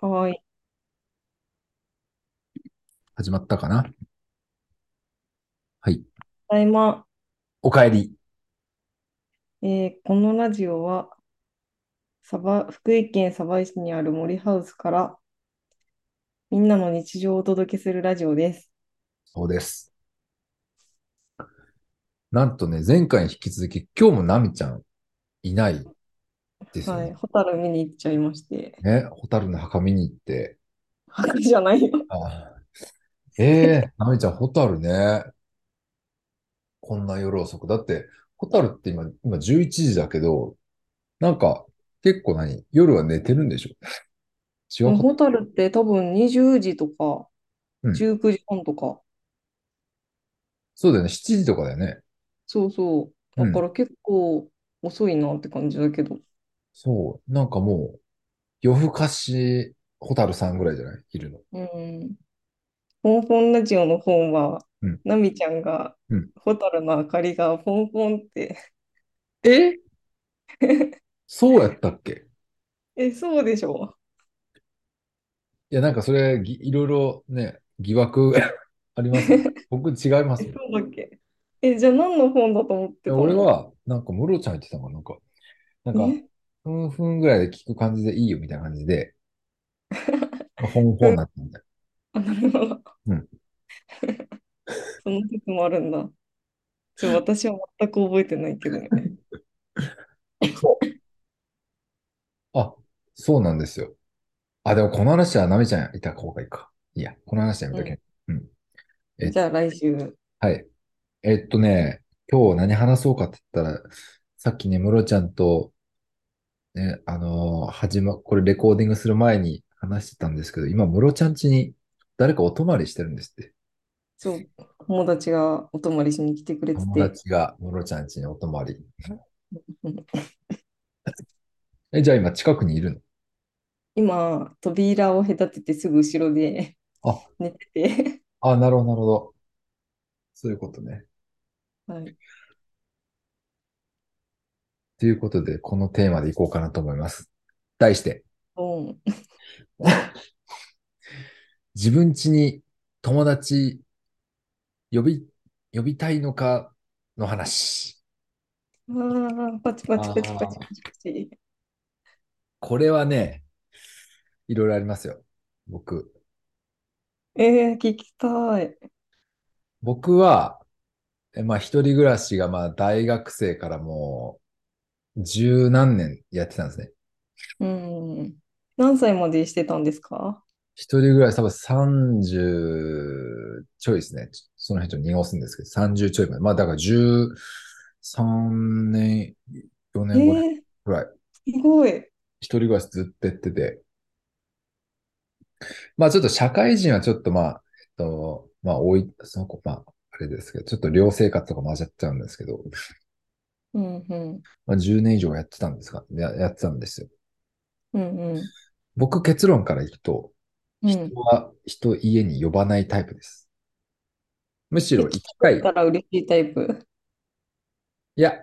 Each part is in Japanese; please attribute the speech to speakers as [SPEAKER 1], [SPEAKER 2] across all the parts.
[SPEAKER 1] はい。
[SPEAKER 2] 始まったかなはい。
[SPEAKER 1] ただいま、
[SPEAKER 2] おかえり。
[SPEAKER 1] えーこのラジオは、サバ、福井県鯖江市にある森ハウスから、みんなの日常をお届けするラジオです。
[SPEAKER 2] そうです。なんとね、前回に引き続き、今日もナミちゃんいないですよ
[SPEAKER 1] は
[SPEAKER 2] ね。
[SPEAKER 1] い。ホタル見に行っちゃいまして。
[SPEAKER 2] ね、ホタルの墓見に行って。
[SPEAKER 1] はずじゃないよ。
[SPEAKER 2] あーえ ー、ナミちゃん、ホタルね。こんな夜遅く。だって、ホタルって今、今11時だけど、なんか、結構何夜は寝てるんでしょ違うか。
[SPEAKER 1] ホタルって多分20時とか、
[SPEAKER 2] うん。
[SPEAKER 1] 19時半とか。
[SPEAKER 2] そうだよね。7時とかだよね。
[SPEAKER 1] そうそう。
[SPEAKER 2] う
[SPEAKER 1] だか
[SPEAKER 2] ん。
[SPEAKER 1] ら結構遅いなって感じだけど。
[SPEAKER 2] そう。なんかもう、夜更かし、ホタルさんぐらいじゃないいるの。
[SPEAKER 1] うん。ポンポンラジオの方は、
[SPEAKER 2] うん。
[SPEAKER 1] ナミちゃんが、
[SPEAKER 2] うん。
[SPEAKER 1] ホタルの明かりがポンポンって
[SPEAKER 2] えそうやったっけ
[SPEAKER 1] え、そうでしょ
[SPEAKER 2] いや、なんかそれ、ぎいろいろね、疑惑 ありますよ。僕違います
[SPEAKER 1] え、
[SPEAKER 2] よ。い
[SPEAKER 1] そうだっけえ、じゃあ何の本だと思って
[SPEAKER 2] や
[SPEAKER 1] た
[SPEAKER 2] 俺
[SPEAKER 1] の
[SPEAKER 2] は、なんか、ムロちゃん言ってたのかな、なんか、なんか、
[SPEAKER 1] え
[SPEAKER 2] ふんふんぐらいで聞く感じでいいよみたいな感じで、 本
[SPEAKER 1] う
[SPEAKER 2] 本に
[SPEAKER 1] ん、
[SPEAKER 2] なったみたい
[SPEAKER 1] あ、なるほど。
[SPEAKER 2] な。うん。
[SPEAKER 1] その説もあるんだ。ちょ、私は全く覚えてないけどね。
[SPEAKER 2] そう。あ、そうなんですよ。あ、でもこの話はナミちゃんいた方がいいか。いや、この話はやめ
[SPEAKER 1] う
[SPEAKER 2] と
[SPEAKER 1] ん。
[SPEAKER 2] け。うん。 えっ
[SPEAKER 1] じゃあ来週。
[SPEAKER 2] はい。えっとね、今日何話そうかって言ったら、さっきね、ムロちゃんと、ね、あのー始ま、これレコーディングする前に話してたんですけど、今、ムロちゃん家に誰かお泊まりしてるんですって。
[SPEAKER 1] そう、友達がお泊まりしに来てくれて
[SPEAKER 2] 友
[SPEAKER 1] て。
[SPEAKER 2] 達がムロちゃん家にお泊まり。
[SPEAKER 1] うん
[SPEAKER 2] え、じゃあ今近くにいる
[SPEAKER 1] 今、扉を隔ててすぐ後ろで
[SPEAKER 2] の
[SPEAKER 1] 寝てて
[SPEAKER 2] あ、あ、なるほど、なるほど。そういうことね。
[SPEAKER 1] はい。
[SPEAKER 2] ということで、このテーマでいこうかなと思います。題して、
[SPEAKER 1] うん。
[SPEAKER 2] 自分家に友達呼び、呼びたいのかの話。
[SPEAKER 1] ああ、パチパチパチパチ
[SPEAKER 2] あ
[SPEAKER 1] パ
[SPEAKER 2] あ。
[SPEAKER 1] チパチ。
[SPEAKER 2] これはね、いろいろありますよ。僕。
[SPEAKER 1] えー、聞きたい。
[SPEAKER 2] 僕は、えまあ、一人暮らしが、まあ、大学生からもう、十何年やってたんですね。
[SPEAKER 1] うん。何歳までしてたんですか
[SPEAKER 2] 一人暮らし多分30ちょいですね。ちょその辺ちょっと濁すんですけど、30ちょいまで。まあ、だから13年、4
[SPEAKER 1] え
[SPEAKER 2] 年5年
[SPEAKER 1] ー、
[SPEAKER 2] ぐらい、
[SPEAKER 1] すごい。
[SPEAKER 2] 一人暮らしずっとやってて、まあちょっと社会人はちょっとまあ、えっと、まあ多い、その子、まああれですけど、ちょっと寮生活とか混ざっちゃうんですけど、
[SPEAKER 1] うんうん
[SPEAKER 2] まあ10年以上やってたんですが、や、やってたんですよ。
[SPEAKER 1] うんうん
[SPEAKER 2] 僕結論から言うと、
[SPEAKER 1] う
[SPEAKER 2] 人
[SPEAKER 1] ん。
[SPEAKER 2] は人を家に呼ばないタイプです。むし
[SPEAKER 1] え、
[SPEAKER 2] ろ
[SPEAKER 1] 聞
[SPEAKER 2] 一
[SPEAKER 1] こえた
[SPEAKER 2] 回、
[SPEAKER 1] ら嬉しいタイプ。
[SPEAKER 2] いや、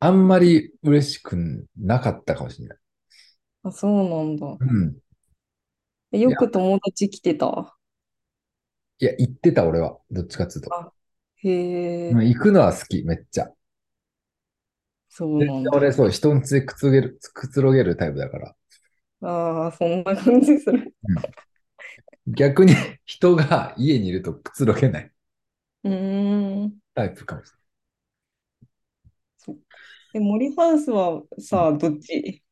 [SPEAKER 2] あんまり嬉しくなかったかもしれない。
[SPEAKER 1] あ、そうなんだ。
[SPEAKER 2] うん。
[SPEAKER 1] え
[SPEAKER 2] い
[SPEAKER 1] よ
[SPEAKER 2] や、
[SPEAKER 1] く友達来てた。
[SPEAKER 2] いや、行ってた俺は、どっちかっていうと。
[SPEAKER 1] あ、へ
[SPEAKER 2] うん
[SPEAKER 1] え、
[SPEAKER 2] 行くのは好き、めっちゃ。
[SPEAKER 1] そう
[SPEAKER 2] めっ
[SPEAKER 1] な
[SPEAKER 2] ち
[SPEAKER 1] ん
[SPEAKER 2] ゃ俺、
[SPEAKER 1] だ。
[SPEAKER 2] そう、人ん家でくつろげる、くつろげるタイプだから。
[SPEAKER 1] ああ、そんな感じする。
[SPEAKER 2] うん逆に 人が家にいるとくつろげないう
[SPEAKER 1] ーん、
[SPEAKER 2] タイプかもし
[SPEAKER 1] そっか。え、森ハウスは
[SPEAKER 2] れない。うん
[SPEAKER 1] さ、どっち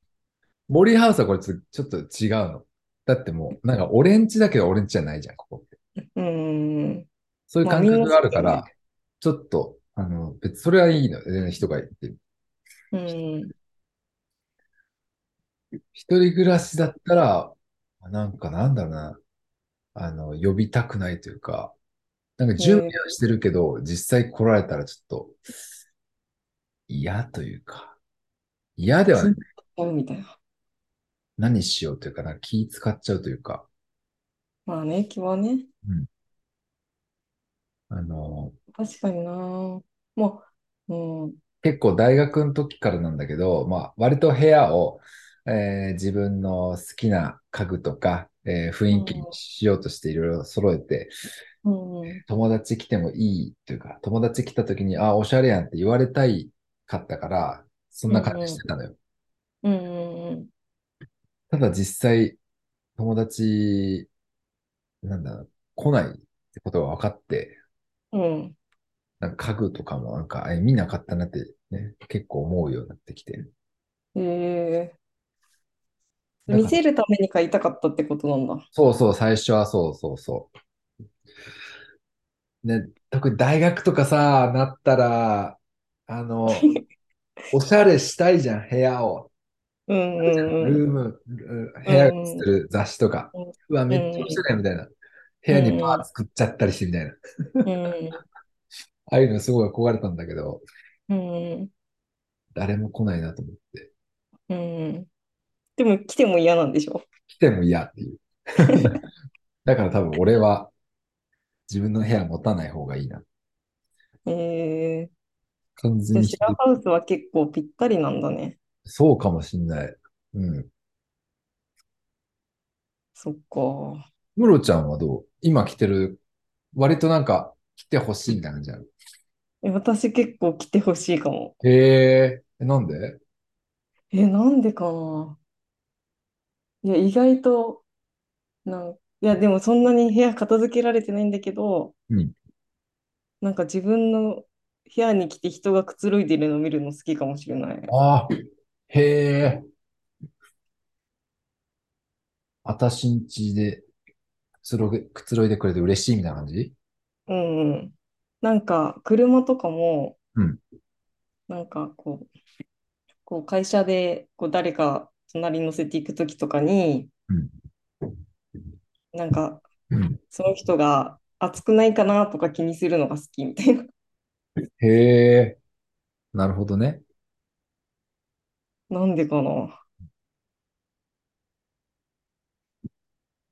[SPEAKER 2] 森ハウスはこれつちょっと違うの。だってもう、なんか俺ん家だけど俺ん家じゃないじゃん、ここって。
[SPEAKER 1] うーん。
[SPEAKER 2] そういう
[SPEAKER 1] まあ、
[SPEAKER 2] 感
[SPEAKER 1] みんな
[SPEAKER 2] 覚が
[SPEAKER 1] そ
[SPEAKER 2] あ
[SPEAKER 1] う
[SPEAKER 2] る
[SPEAKER 1] だよ
[SPEAKER 2] か
[SPEAKER 1] ね。
[SPEAKER 2] ら、ちょっと、あの、別、それはいいの。全然人がいて。
[SPEAKER 1] うん。
[SPEAKER 2] 一人暮らしだったら、なんかなんだろうな。あの、呼びたくないというか、なんか準備
[SPEAKER 1] え
[SPEAKER 2] はしてるけど、実際来られたらちょっと嫌というか、嫌では
[SPEAKER 1] 気
[SPEAKER 2] ない
[SPEAKER 1] になっちゃうみたいな。
[SPEAKER 2] 何しようというか、なんか気使っちゃうというか、
[SPEAKER 1] まあね、気はね。
[SPEAKER 2] うん、あの、
[SPEAKER 1] 確かにな。まあ、うん。
[SPEAKER 2] 結構大学の時からなんだけど、まあ、割と部屋を、えー自分の好きな家具とか、えー雰
[SPEAKER 1] う
[SPEAKER 2] 囲気に
[SPEAKER 1] ん
[SPEAKER 2] しようとしていろいろ揃えて、
[SPEAKER 1] うんうん
[SPEAKER 2] 友達来てもいいというか、友達来た時に、あ、おしゃれやんって言われたいかったから、そん
[SPEAKER 1] う
[SPEAKER 2] な感じし
[SPEAKER 1] ん
[SPEAKER 2] てたのよ。
[SPEAKER 1] うんうんうん
[SPEAKER 2] ただ実際、友達、なんだ、来ないってことが分かって、
[SPEAKER 1] うん
[SPEAKER 2] なんか家具とかもなんか、あれ見なかったなってね、結構思うようになってきて。
[SPEAKER 1] うんえー、
[SPEAKER 2] だ
[SPEAKER 1] 見
[SPEAKER 2] から、
[SPEAKER 1] せるために買いたかったってことなんだ。
[SPEAKER 2] そうそう、最初はそうそうそう。ね、特に大学とかさ、なったら、あの、おしゃれしたいじゃん、部屋を。
[SPEAKER 1] う
[SPEAKER 2] あるじゃん
[SPEAKER 1] んうん
[SPEAKER 2] ルーム、ル
[SPEAKER 1] う
[SPEAKER 2] 部屋が
[SPEAKER 1] ん。
[SPEAKER 2] 映る雑誌とか。
[SPEAKER 1] うん
[SPEAKER 2] うわ、め
[SPEAKER 1] う
[SPEAKER 2] っちゃおし
[SPEAKER 1] ん
[SPEAKER 2] ゃれみたいな。部
[SPEAKER 1] う
[SPEAKER 2] 屋に
[SPEAKER 1] ん
[SPEAKER 2] バ
[SPEAKER 1] う
[SPEAKER 2] ー
[SPEAKER 1] ん
[SPEAKER 2] 作っちゃったりしてみたいな。
[SPEAKER 1] うん
[SPEAKER 2] ああいうのすごい憧れたんだけど、
[SPEAKER 1] うん
[SPEAKER 2] 誰も来ないなと思って。
[SPEAKER 1] うんでも来ても嫌なんでしょ。
[SPEAKER 2] 来ても嫌っていう。 だから多分俺は自分の部屋持たない方がいいな。
[SPEAKER 1] えー、
[SPEAKER 2] 完全
[SPEAKER 1] じゃあ
[SPEAKER 2] に
[SPEAKER 1] シ
[SPEAKER 2] 一
[SPEAKER 1] ェア
[SPEAKER 2] 人、
[SPEAKER 1] ハウスは結構ぴったりなんだね。
[SPEAKER 2] そうかもしんない。うん。
[SPEAKER 1] そっか。
[SPEAKER 2] ムロちゃんはどう今着てる、割となんか着てほしいみたいな感じなの
[SPEAKER 1] え、私結構来てほしいかも。
[SPEAKER 2] へえ、えなんで
[SPEAKER 1] え、なんでかな。いや、意外と、なん、いや、でもそんなに部屋片付けられてないんだけど、
[SPEAKER 2] うん。
[SPEAKER 1] なんか自分の部屋に来て人がくつろいでるのを見るの好きかもしれない。
[SPEAKER 2] ああ、へえ、あたしんちでくつろげ、くつろいでくれて嬉しいみたいな感じ
[SPEAKER 1] うんうん。なんか車とかも、
[SPEAKER 2] うん。
[SPEAKER 1] なんかこう、こう会社でこう誰か隣に乗せていく時とかに、
[SPEAKER 2] うん。
[SPEAKER 1] なんか
[SPEAKER 2] うん。
[SPEAKER 1] その人が暑くないかなとか気にするのが好きみたいな。
[SPEAKER 2] へえ、なるほどね。
[SPEAKER 1] なんでかな。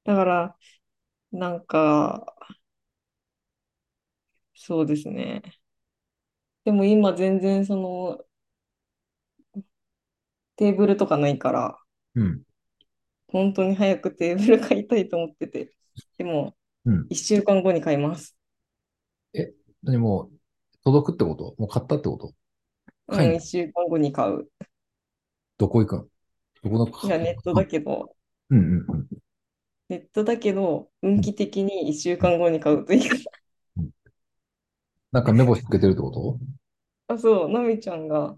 [SPEAKER 1] だから、なんか、そうですね。でも今全然そのテーブルとかないから、
[SPEAKER 2] うん。
[SPEAKER 1] 本当に早くテーブル買いたいと思ってて。でも、
[SPEAKER 2] うん。
[SPEAKER 1] 1週間後に買います。
[SPEAKER 2] え、何もう届くってこともう買ったってこと
[SPEAKER 1] う
[SPEAKER 2] 買い
[SPEAKER 1] ん、
[SPEAKER 2] に
[SPEAKER 1] 1週間後に買う。
[SPEAKER 2] どこ行くのどこの
[SPEAKER 1] い
[SPEAKER 2] か、
[SPEAKER 1] や、ネット
[SPEAKER 2] あ
[SPEAKER 1] だけど、
[SPEAKER 2] うんうんうん。
[SPEAKER 1] ネットだけど、
[SPEAKER 2] う
[SPEAKER 1] 運
[SPEAKER 2] ん
[SPEAKER 1] 気的に1週間後に買うといいかな。
[SPEAKER 2] うんなんか目星つけてるってこと
[SPEAKER 1] あ、そう、ナミちゃんが、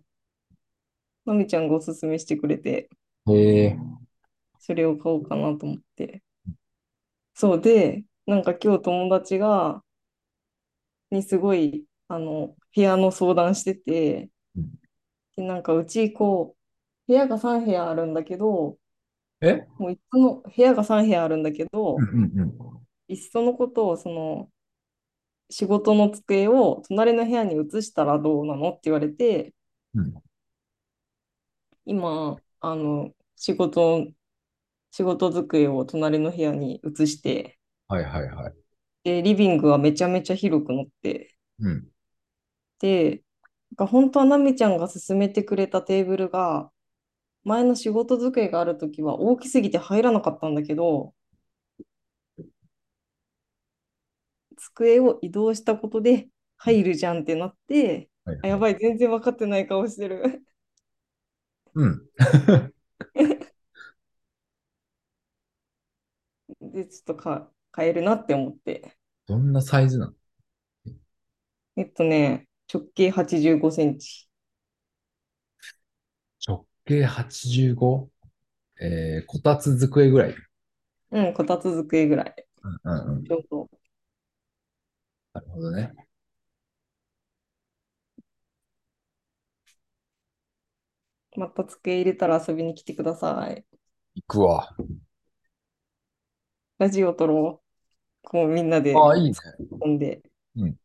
[SPEAKER 1] ナミちゃんがおすすめしてくれて、
[SPEAKER 2] へえ。
[SPEAKER 1] それを買おうかなと思って。そう、で、なんか今日友達が、にすごい、あの、部屋の相談してて、
[SPEAKER 2] うん
[SPEAKER 1] で、なんかうち、こう、部屋が3部屋あるんだけど、
[SPEAKER 2] え
[SPEAKER 1] もういつの、部屋が3部屋あるんだけ
[SPEAKER 2] う
[SPEAKER 1] ど、
[SPEAKER 2] んうんうん。
[SPEAKER 1] いっそのことを、その、仕事の机を隣の部屋に移したらどうなのって言われて、
[SPEAKER 2] うん
[SPEAKER 1] 今、あの、仕事、仕事机を隣の部屋に移して、
[SPEAKER 2] はいはいはい。
[SPEAKER 1] で、リビングはめちゃめちゃ広くなって、
[SPEAKER 2] うん。
[SPEAKER 1] で、なんか本当はナミちゃんが勧めてくれたテーブルが、前の仕事机があるときは大きすぎて入らなかったんだけど、机を移動したことで入るじゃんってなって、
[SPEAKER 2] はい
[SPEAKER 1] あ、
[SPEAKER 2] は
[SPEAKER 1] や
[SPEAKER 2] い。
[SPEAKER 1] ばい、全然分かってない顔してる。
[SPEAKER 2] うん。
[SPEAKER 1] で、ちょっとか買えるなって思って。
[SPEAKER 2] どんなサイズなの
[SPEAKER 1] えっとね、直径85センチ。
[SPEAKER 2] 直径 85? えー、こたつ机ぐらい。
[SPEAKER 1] うん、こたつ机ぐらい。
[SPEAKER 2] うんうんうん。
[SPEAKER 1] ちょうど。
[SPEAKER 2] なるほどね。
[SPEAKER 1] また机入れたら遊びに来てください。
[SPEAKER 2] 行くわ。
[SPEAKER 1] ラジオ撮ろう。こうみんなで
[SPEAKER 2] ああ、いいね。
[SPEAKER 1] 突っ込んで。
[SPEAKER 2] うん。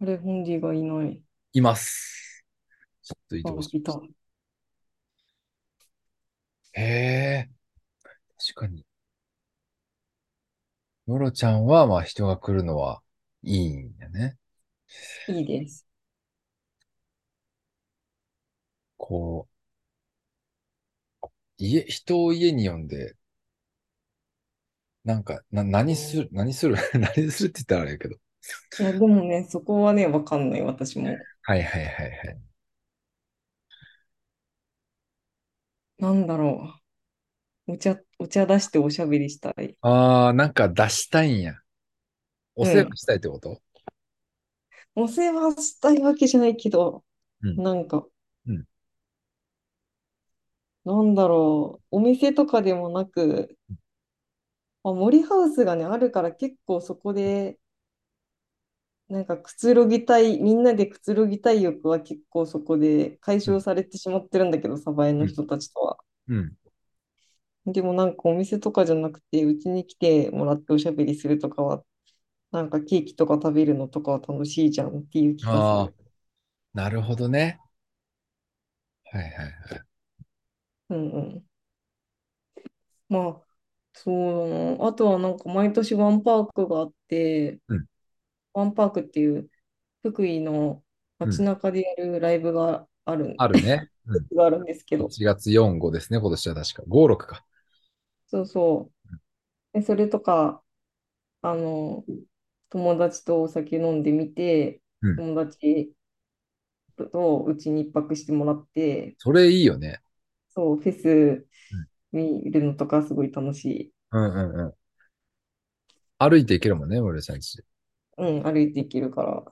[SPEAKER 1] あれ、本人がいない。
[SPEAKER 2] います。ちょっと移
[SPEAKER 1] あ、
[SPEAKER 2] 動し
[SPEAKER 1] い
[SPEAKER 2] ま
[SPEAKER 1] た。
[SPEAKER 2] した。へえ、確かに。ムロちゃんは、まあ人が来るのはいいんだね。
[SPEAKER 1] いいです。
[SPEAKER 2] こう、家、人を家に呼んで、なんか、な、何する、何する、 何するって言ったらあれやけど。
[SPEAKER 1] いや、でもね、そこはね、わかんない、私も。
[SPEAKER 2] はいはいはいはい。
[SPEAKER 1] なんだろう。お茶、お茶出しておしゃべりしたい。
[SPEAKER 2] ああ、なんか出したいんや。お
[SPEAKER 1] う
[SPEAKER 2] 世
[SPEAKER 1] ん。
[SPEAKER 2] 話したいってこと
[SPEAKER 1] お世話したいわけじゃないけど、
[SPEAKER 2] うん。
[SPEAKER 1] なんか、
[SPEAKER 2] うん。
[SPEAKER 1] なんだろう。お店とかでもなく、まあ、森ハウスがね、あるから結構そこで、なんかくつろぎたい、みんなでくつろぎたい欲は結構そこで解
[SPEAKER 2] うん。
[SPEAKER 1] 消されてしまってるんだけど、サバイ
[SPEAKER 2] う
[SPEAKER 1] の
[SPEAKER 2] ん。
[SPEAKER 1] 人たちとは。
[SPEAKER 2] うん
[SPEAKER 1] でもなんかお店とかじゃなくて、うちに来てもらっておしゃべりするとかは、なんかケーキとか食べるのとかは楽しいじゃんっていう気がす
[SPEAKER 2] ああ、
[SPEAKER 1] る。
[SPEAKER 2] なるほどね。はいはいはい。
[SPEAKER 1] うんうん。まあ、そうだな。あとはなんか毎年ワンパークがあって、
[SPEAKER 2] うん。
[SPEAKER 1] ワンパークっていう福井の
[SPEAKER 2] う
[SPEAKER 1] 街
[SPEAKER 2] ん。
[SPEAKER 1] 中でやるライブがある、
[SPEAKER 2] あるね。うん。
[SPEAKER 1] があるんですけど、
[SPEAKER 2] 1月4、5ですね、今年は確か。5、6か。
[SPEAKER 1] そうそう。で、それとか、あの、友達とお酒飲んでみて、
[SPEAKER 2] うん。
[SPEAKER 1] 友達とうちに一泊してもらって、
[SPEAKER 2] それいいよね。
[SPEAKER 1] そう、フェス
[SPEAKER 2] うん
[SPEAKER 1] 見るのとかすごい楽しい。
[SPEAKER 2] うんうんうん。歩いていけるもんね、俺さんち。
[SPEAKER 1] うん、歩いていけるから。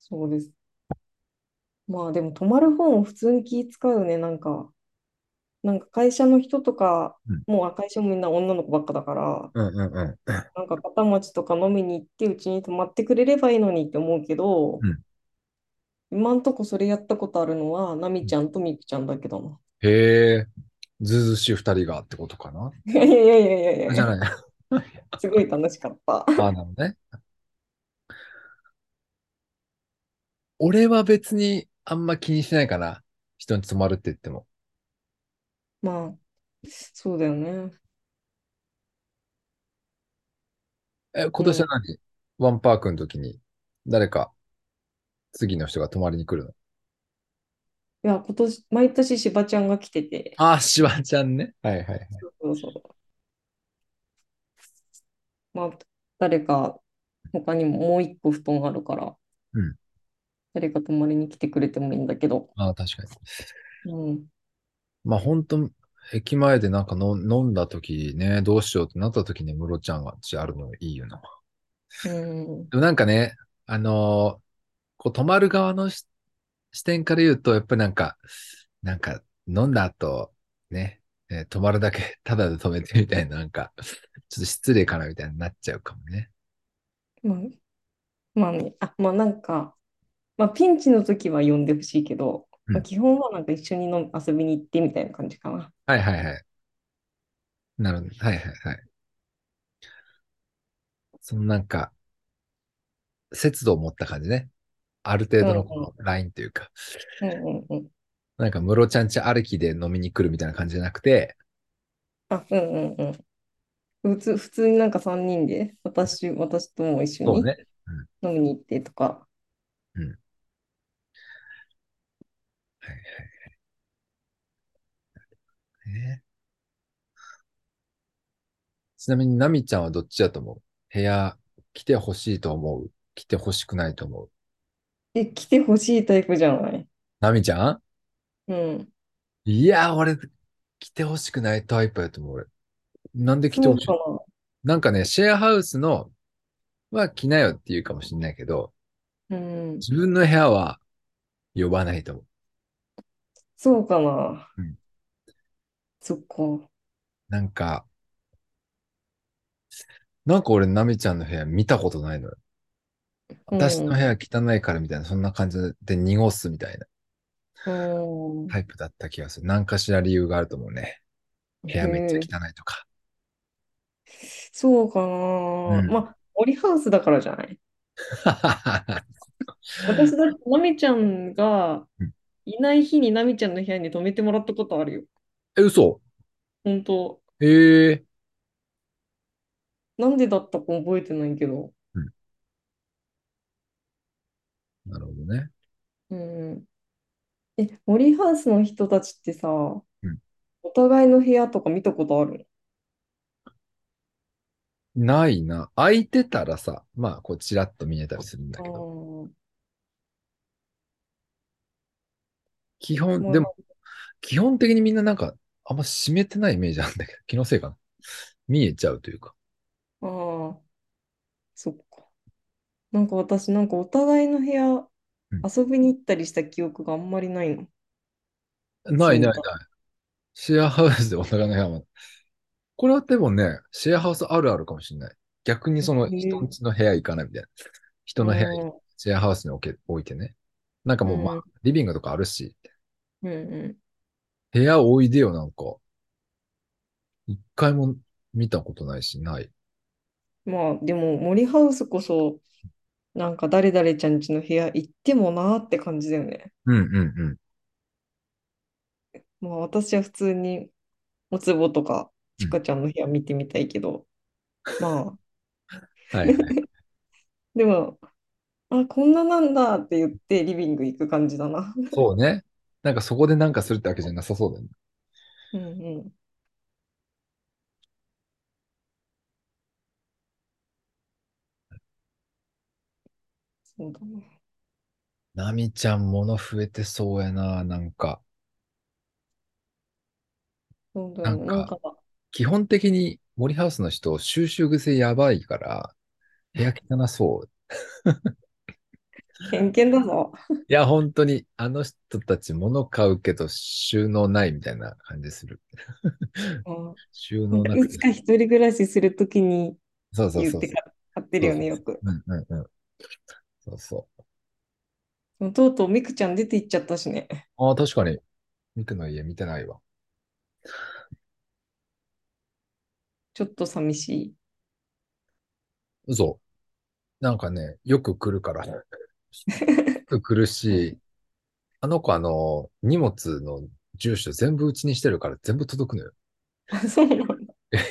[SPEAKER 1] そうです。まあでも泊まる方も普通に気使うよね、なんか。なんか会社の人とか、
[SPEAKER 2] うん。
[SPEAKER 1] もう会社もみんな女の子ばっかだから、
[SPEAKER 2] うんうんうん。
[SPEAKER 1] なんか片町とか飲みに行ってうちに泊まってくれればいいのにって思うけど、
[SPEAKER 2] うん。
[SPEAKER 1] 今んとこそれやったことあるのは、なみ
[SPEAKER 2] う
[SPEAKER 1] ち
[SPEAKER 2] ん
[SPEAKER 1] ゃんとみくちゃんだけどな。
[SPEAKER 2] へえ、ずうずうしい二人がってことかな。
[SPEAKER 1] いやいやいやいやい
[SPEAKER 2] あ
[SPEAKER 1] やい
[SPEAKER 2] じゃ
[SPEAKER 1] や、
[SPEAKER 2] ない。
[SPEAKER 1] すごい楽しかった。
[SPEAKER 2] ああ、なるほどね。俺は別にあんま気にしないかな。人に泊まるって言っても。
[SPEAKER 1] まあ、そうだよね。
[SPEAKER 2] え、今
[SPEAKER 1] う
[SPEAKER 2] 年は
[SPEAKER 1] ん。
[SPEAKER 2] 何ワンパークの時に誰か次の人が泊まりに来るの
[SPEAKER 1] いや、今年、毎年しばちゃんが来てて、
[SPEAKER 2] ああ、しわちゃんね。はいはいはい。
[SPEAKER 1] そうそうそう。まあ、誰か、他にももう一個布団あるから、
[SPEAKER 2] うん。
[SPEAKER 1] 誰か泊まりに来てくれてもいいんだけど、
[SPEAKER 2] ああ、確かに。
[SPEAKER 1] うん。
[SPEAKER 2] まあ本当駅前でなんかの飲んだ時ね、どうしようってなった時にムロちゃんがちあるのいいよな。
[SPEAKER 1] うん。
[SPEAKER 2] でもなんかね、あのーこう泊まる側のし視点から言うと、やっぱりなんか、なんか飲んだ後、ね、えー泊まるだけタダで泊めてみたいな、なんか、ちょっと失礼かなみたいになっちゃうかもね。
[SPEAKER 1] まあ、まあね、あ、まあなんか、まあピンチの時は呼んでほしいけど、
[SPEAKER 2] う
[SPEAKER 1] まあ、
[SPEAKER 2] ん。
[SPEAKER 1] 基本はなんか一緒に飲み遊びに行ってみたいな感じかな。
[SPEAKER 2] はいはいはい。なるほど。はいはいはい。そのなんか、節度を持った感じね。ある程
[SPEAKER 1] う
[SPEAKER 2] 度
[SPEAKER 1] ん
[SPEAKER 2] の
[SPEAKER 1] う
[SPEAKER 2] こ
[SPEAKER 1] ん。
[SPEAKER 2] のラインというか、
[SPEAKER 1] うんうんうん。
[SPEAKER 2] なんか、ムロちゃんち歩きで飲みに来るみたいな感じじゃなくて、
[SPEAKER 1] あ、うんうんうん。普通、普通になんか3人で、私、私とも一緒
[SPEAKER 2] そう
[SPEAKER 1] に
[SPEAKER 2] ね。う
[SPEAKER 1] 飲
[SPEAKER 2] ん
[SPEAKER 1] みに行ってとか。
[SPEAKER 2] うん。はいはいねちなみに、ナミちゃんはどっちだと思う部屋、来てほしいと思う来てほしくないと思う
[SPEAKER 1] え、来てほしいタイプじゃない
[SPEAKER 2] ナミちゃん
[SPEAKER 1] うん。
[SPEAKER 2] いやー、俺、来てほしくないタイプやと思う、俺。なんで来て
[SPEAKER 1] そ
[SPEAKER 2] ほ
[SPEAKER 1] う
[SPEAKER 2] し
[SPEAKER 1] か
[SPEAKER 2] い
[SPEAKER 1] な。
[SPEAKER 2] なんかね、シェアハウスのは来なよって言うかもしれないけど、
[SPEAKER 1] うん。
[SPEAKER 2] 自分の部屋は呼ばないと思
[SPEAKER 1] そうかな。
[SPEAKER 2] う。うん
[SPEAKER 1] そっか。
[SPEAKER 2] なんか、なんか俺、ナミちゃんの部屋見たことないのよ。
[SPEAKER 1] う
[SPEAKER 2] 私の部
[SPEAKER 1] ん。
[SPEAKER 2] 屋汚いからみたいな、そんな感じで濁すみたいな
[SPEAKER 1] うん。
[SPEAKER 2] タイプだった気がする。何かしら理由があると思うね。部屋めっちゃ
[SPEAKER 1] へえ。
[SPEAKER 2] 汚いとか。
[SPEAKER 1] そうか
[SPEAKER 2] う
[SPEAKER 1] な。ま
[SPEAKER 2] ん。
[SPEAKER 1] あ、オリハウスだからじゃない。私だって、ナミちゃんがいない日にナミちゃんの部屋に泊めてもらったことあるよ。
[SPEAKER 2] え、嘘
[SPEAKER 1] 本当。
[SPEAKER 2] ええ
[SPEAKER 1] なんでだったか覚えてないけど。
[SPEAKER 2] うんなるほどね。
[SPEAKER 1] うん。え、森ハウスの人たちってさ、お
[SPEAKER 2] うん
[SPEAKER 1] 互いの部屋とか見たことある
[SPEAKER 2] ないな。空いてたらさ、まあ、こう、ちらっと見えたりするんだ
[SPEAKER 1] ああ
[SPEAKER 2] けど。
[SPEAKER 1] ー、
[SPEAKER 2] 基本、
[SPEAKER 1] ま
[SPEAKER 2] でも、
[SPEAKER 1] あ、
[SPEAKER 2] 基本的にみんななんか、あんま閉めてないイメージなんだけど、 気のせいかな。見えちゃうというか。
[SPEAKER 1] あーそっか。なんか私、なんかお互いの部屋、
[SPEAKER 2] うん
[SPEAKER 1] 遊びに行ったりした記憶があんまりないの。
[SPEAKER 2] な
[SPEAKER 1] そう
[SPEAKER 2] い
[SPEAKER 1] いえ
[SPEAKER 2] ない
[SPEAKER 1] ば。
[SPEAKER 2] ない。シェアハウスでお互いの部屋まで。これはでもね、シェアハウスあるあるかもしれない。逆にその
[SPEAKER 1] へ
[SPEAKER 2] 人ん
[SPEAKER 1] え。
[SPEAKER 2] ちの部屋行かないみたいな。人
[SPEAKER 1] あ
[SPEAKER 2] の部屋、
[SPEAKER 1] あ、
[SPEAKER 2] シェアハウスに置け、置いてね。なんか
[SPEAKER 1] う
[SPEAKER 2] もうま
[SPEAKER 1] ん、
[SPEAKER 2] あ、リビングとかあるし、
[SPEAKER 1] うん、
[SPEAKER 2] 部屋おいでよなんか、一回も見たことないし、ない。
[SPEAKER 1] うん。まあ、でも、森ハウスこそ、なんか誰々ちゃんちの部屋行ってもなーって感じだよね。
[SPEAKER 2] うんうんうん。
[SPEAKER 1] まあ、私は普通に、おつぼとか、
[SPEAKER 2] う
[SPEAKER 1] ち
[SPEAKER 2] ん
[SPEAKER 1] かちゃんの部屋見てみたいけど、まあ、
[SPEAKER 2] はいはい。
[SPEAKER 1] でも、あ、こんななんだって言ってリビング行く感じだな。
[SPEAKER 2] そうね。なんかそこでなんかするってわけじゃなさそうだよね。
[SPEAKER 1] うんうん。そうだね。
[SPEAKER 2] なみちゃん、物増えてそうやな、なんか。
[SPEAKER 1] そうだよ
[SPEAKER 2] なん
[SPEAKER 1] ね。なん
[SPEAKER 2] か、
[SPEAKER 1] か、
[SPEAKER 2] 基本的に森ハウスの人、収集癖やばいから、部屋汚そう。
[SPEAKER 1] 偏見だぞ。
[SPEAKER 2] いや、本当に、あの人たち物買うけど収納ないみたいな感じする。
[SPEAKER 1] うん
[SPEAKER 2] 収
[SPEAKER 1] なんか、
[SPEAKER 2] 納なく
[SPEAKER 1] いつ
[SPEAKER 2] て。
[SPEAKER 1] か一人暮らしするときに
[SPEAKER 2] そうそう
[SPEAKER 1] 言っ
[SPEAKER 2] そう
[SPEAKER 1] て
[SPEAKER 2] そう。
[SPEAKER 1] か買ってる
[SPEAKER 2] そ
[SPEAKER 1] よ
[SPEAKER 2] うそ
[SPEAKER 1] ね、
[SPEAKER 2] う
[SPEAKER 1] よ
[SPEAKER 2] そう。
[SPEAKER 1] く。
[SPEAKER 2] うんうんうん。そうそう。
[SPEAKER 1] とうとうみくちゃん出て行っちゃったしね。
[SPEAKER 2] ああ、確かに。ミクの家見てないわ。
[SPEAKER 1] ちょっと寂しい。
[SPEAKER 2] 嘘。なんかね、よく来るから 。よく来るし、あの子あの、荷物の住所全部うちにしてるから全部届くのよ。
[SPEAKER 1] あ、 そうなんだ。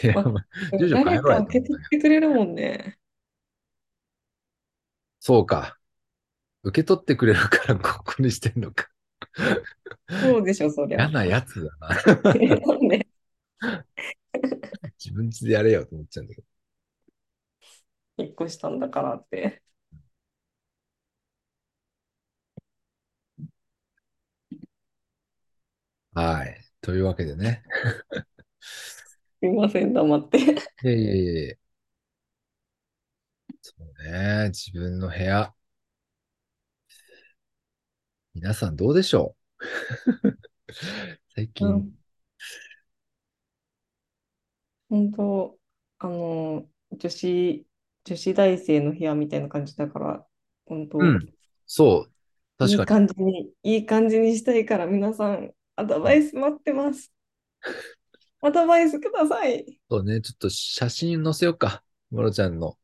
[SPEAKER 2] いや、
[SPEAKER 1] まあ、
[SPEAKER 2] まあ
[SPEAKER 1] で
[SPEAKER 2] 住
[SPEAKER 1] も
[SPEAKER 2] 所変
[SPEAKER 1] 誰
[SPEAKER 2] えろ
[SPEAKER 1] か
[SPEAKER 2] やと
[SPEAKER 1] 開けっ
[SPEAKER 2] 思ってたけど。
[SPEAKER 1] てくれるもんね。
[SPEAKER 2] そうか。受け取ってくれるからここにしてんのか。
[SPEAKER 1] そうでしょ、そり
[SPEAKER 2] 嫌
[SPEAKER 1] ゃ。
[SPEAKER 2] なやつだな。
[SPEAKER 1] なんで
[SPEAKER 2] 自分家でやれよと思っちゃうんだけど。
[SPEAKER 1] 引っ越したんだからって。
[SPEAKER 2] はい。というわけでね。
[SPEAKER 1] すいません、黙って。
[SPEAKER 2] いやいやいやいや。そうね。自分の部屋。皆さんどうでしょう 最
[SPEAKER 1] う
[SPEAKER 2] 近。
[SPEAKER 1] ん本当、あの、女子、女子大生の部屋みたいな感じだから、本
[SPEAKER 2] う
[SPEAKER 1] 当、
[SPEAKER 2] ん。そう。確
[SPEAKER 1] いい
[SPEAKER 2] か
[SPEAKER 1] 感
[SPEAKER 2] に。
[SPEAKER 1] じに、いい感じにしたいから、皆さん、アドバイス待ってます。 アドバイスください。
[SPEAKER 2] そうね。ちょっと写真載せようか。もろちゃんの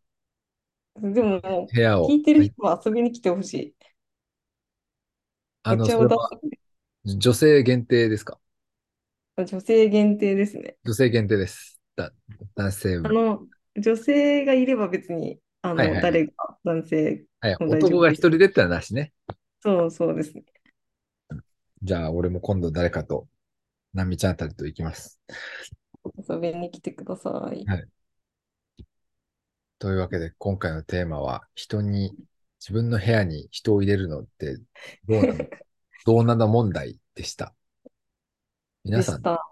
[SPEAKER 1] でもも
[SPEAKER 2] 部屋
[SPEAKER 1] う、聞
[SPEAKER 2] を。
[SPEAKER 1] いてる
[SPEAKER 2] はい
[SPEAKER 1] 人は遊びに来てほしい。
[SPEAKER 2] あ
[SPEAKER 1] お
[SPEAKER 2] の、
[SPEAKER 1] 茶
[SPEAKER 2] そ
[SPEAKER 1] を
[SPEAKER 2] れ
[SPEAKER 1] 出
[SPEAKER 2] は女性限定ですか
[SPEAKER 1] す。女性限定ですね。
[SPEAKER 2] 女性限定です。だ、男性
[SPEAKER 1] あ
[SPEAKER 2] は。
[SPEAKER 1] の、女性がいれば別に、あ
[SPEAKER 2] はい
[SPEAKER 1] の、
[SPEAKER 2] はいはい。
[SPEAKER 1] 誰が男性
[SPEAKER 2] はい。
[SPEAKER 1] も大丈
[SPEAKER 2] 男
[SPEAKER 1] 夫
[SPEAKER 2] が一
[SPEAKER 1] です。
[SPEAKER 2] 人出たらなしね。
[SPEAKER 1] そうそうですね。
[SPEAKER 2] じゃあ、俺も今度誰かと、なみちゃんあたりと行きます。
[SPEAKER 1] 遊びに来てください。
[SPEAKER 2] はいというわけで、今回のテーマは、人に、自分の部屋に人を入れるのってど うなの、どうなの問題でした。皆
[SPEAKER 1] で
[SPEAKER 2] さ
[SPEAKER 1] し
[SPEAKER 2] ん、
[SPEAKER 1] た。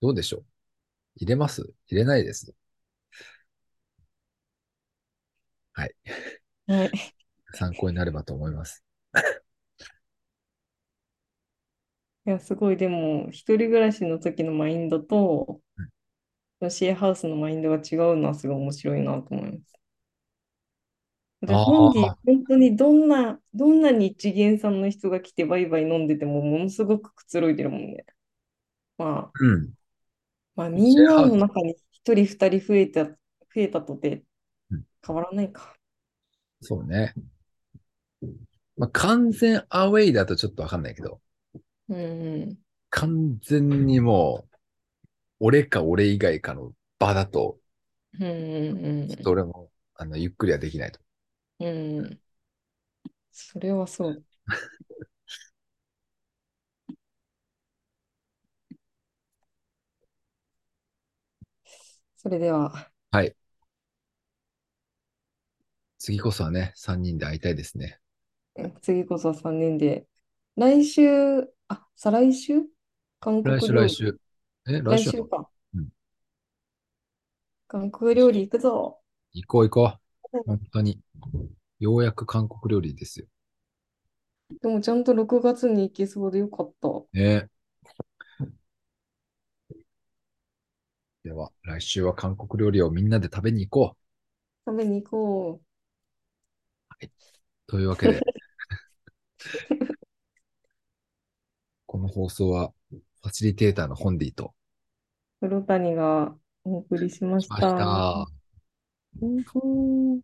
[SPEAKER 2] どうでしょう入れます入れないですはい。
[SPEAKER 1] はい。
[SPEAKER 2] 参考になればと思います。
[SPEAKER 1] いや、すごい、でも、一人暮らしの時のマインドと、
[SPEAKER 2] うん
[SPEAKER 1] シェアハウスのマインドが違うのはすごい面白いなと思います。私、本人、
[SPEAKER 2] ああ、
[SPEAKER 1] 本当にどんな、どんなに一元さんの人が来てバイバイ飲んでても、ものすごくくつろいでるもんね。まあ、
[SPEAKER 2] うん。
[SPEAKER 1] まあ、み
[SPEAKER 2] シェ
[SPEAKER 1] ん
[SPEAKER 2] ア
[SPEAKER 1] な
[SPEAKER 2] ハウ
[SPEAKER 1] の
[SPEAKER 2] ス。
[SPEAKER 1] 中に一人二人増えた、増えたとて
[SPEAKER 2] うん
[SPEAKER 1] 変わらないか。
[SPEAKER 2] そうね。まあ、完全アウェイだとちょっとわかんないけど、
[SPEAKER 1] うんうん。
[SPEAKER 2] 完全にもう、俺か俺以外かの場だと、
[SPEAKER 1] うんうん
[SPEAKER 2] ちょっと俺も、あの、ゆっくりはできないと。
[SPEAKER 1] うん。うん。それはそう。 それでは、
[SPEAKER 2] はい。次こそはね、3人で会いたいですね。
[SPEAKER 1] え次こそ3人で。来週、あ、再来週韓国
[SPEAKER 2] 来週、
[SPEAKER 1] 料
[SPEAKER 2] 来
[SPEAKER 1] 理。
[SPEAKER 2] 週。え、来
[SPEAKER 1] 来
[SPEAKER 2] 週
[SPEAKER 1] 週か。
[SPEAKER 2] うん
[SPEAKER 1] 韓国料理行くぞ。
[SPEAKER 2] 行こう行こ
[SPEAKER 1] う
[SPEAKER 2] う。
[SPEAKER 1] ん
[SPEAKER 2] 本当に。ようやく韓国料理ですよ。
[SPEAKER 1] でもちゃんと6月に行けそうでよかった。
[SPEAKER 2] ね。では、来週は韓国料理をみんなで食べに行こ
[SPEAKER 1] 食べに行こう。
[SPEAKER 2] う。というわけ で、この放送は、ファシリテーターのホンディと
[SPEAKER 1] 黒谷がお送りしま
[SPEAKER 2] し
[SPEAKER 1] し。
[SPEAKER 2] ましたた。
[SPEAKER 1] うんうん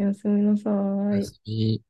[SPEAKER 1] おやすみなさ
[SPEAKER 2] おや
[SPEAKER 1] い。
[SPEAKER 2] すみ。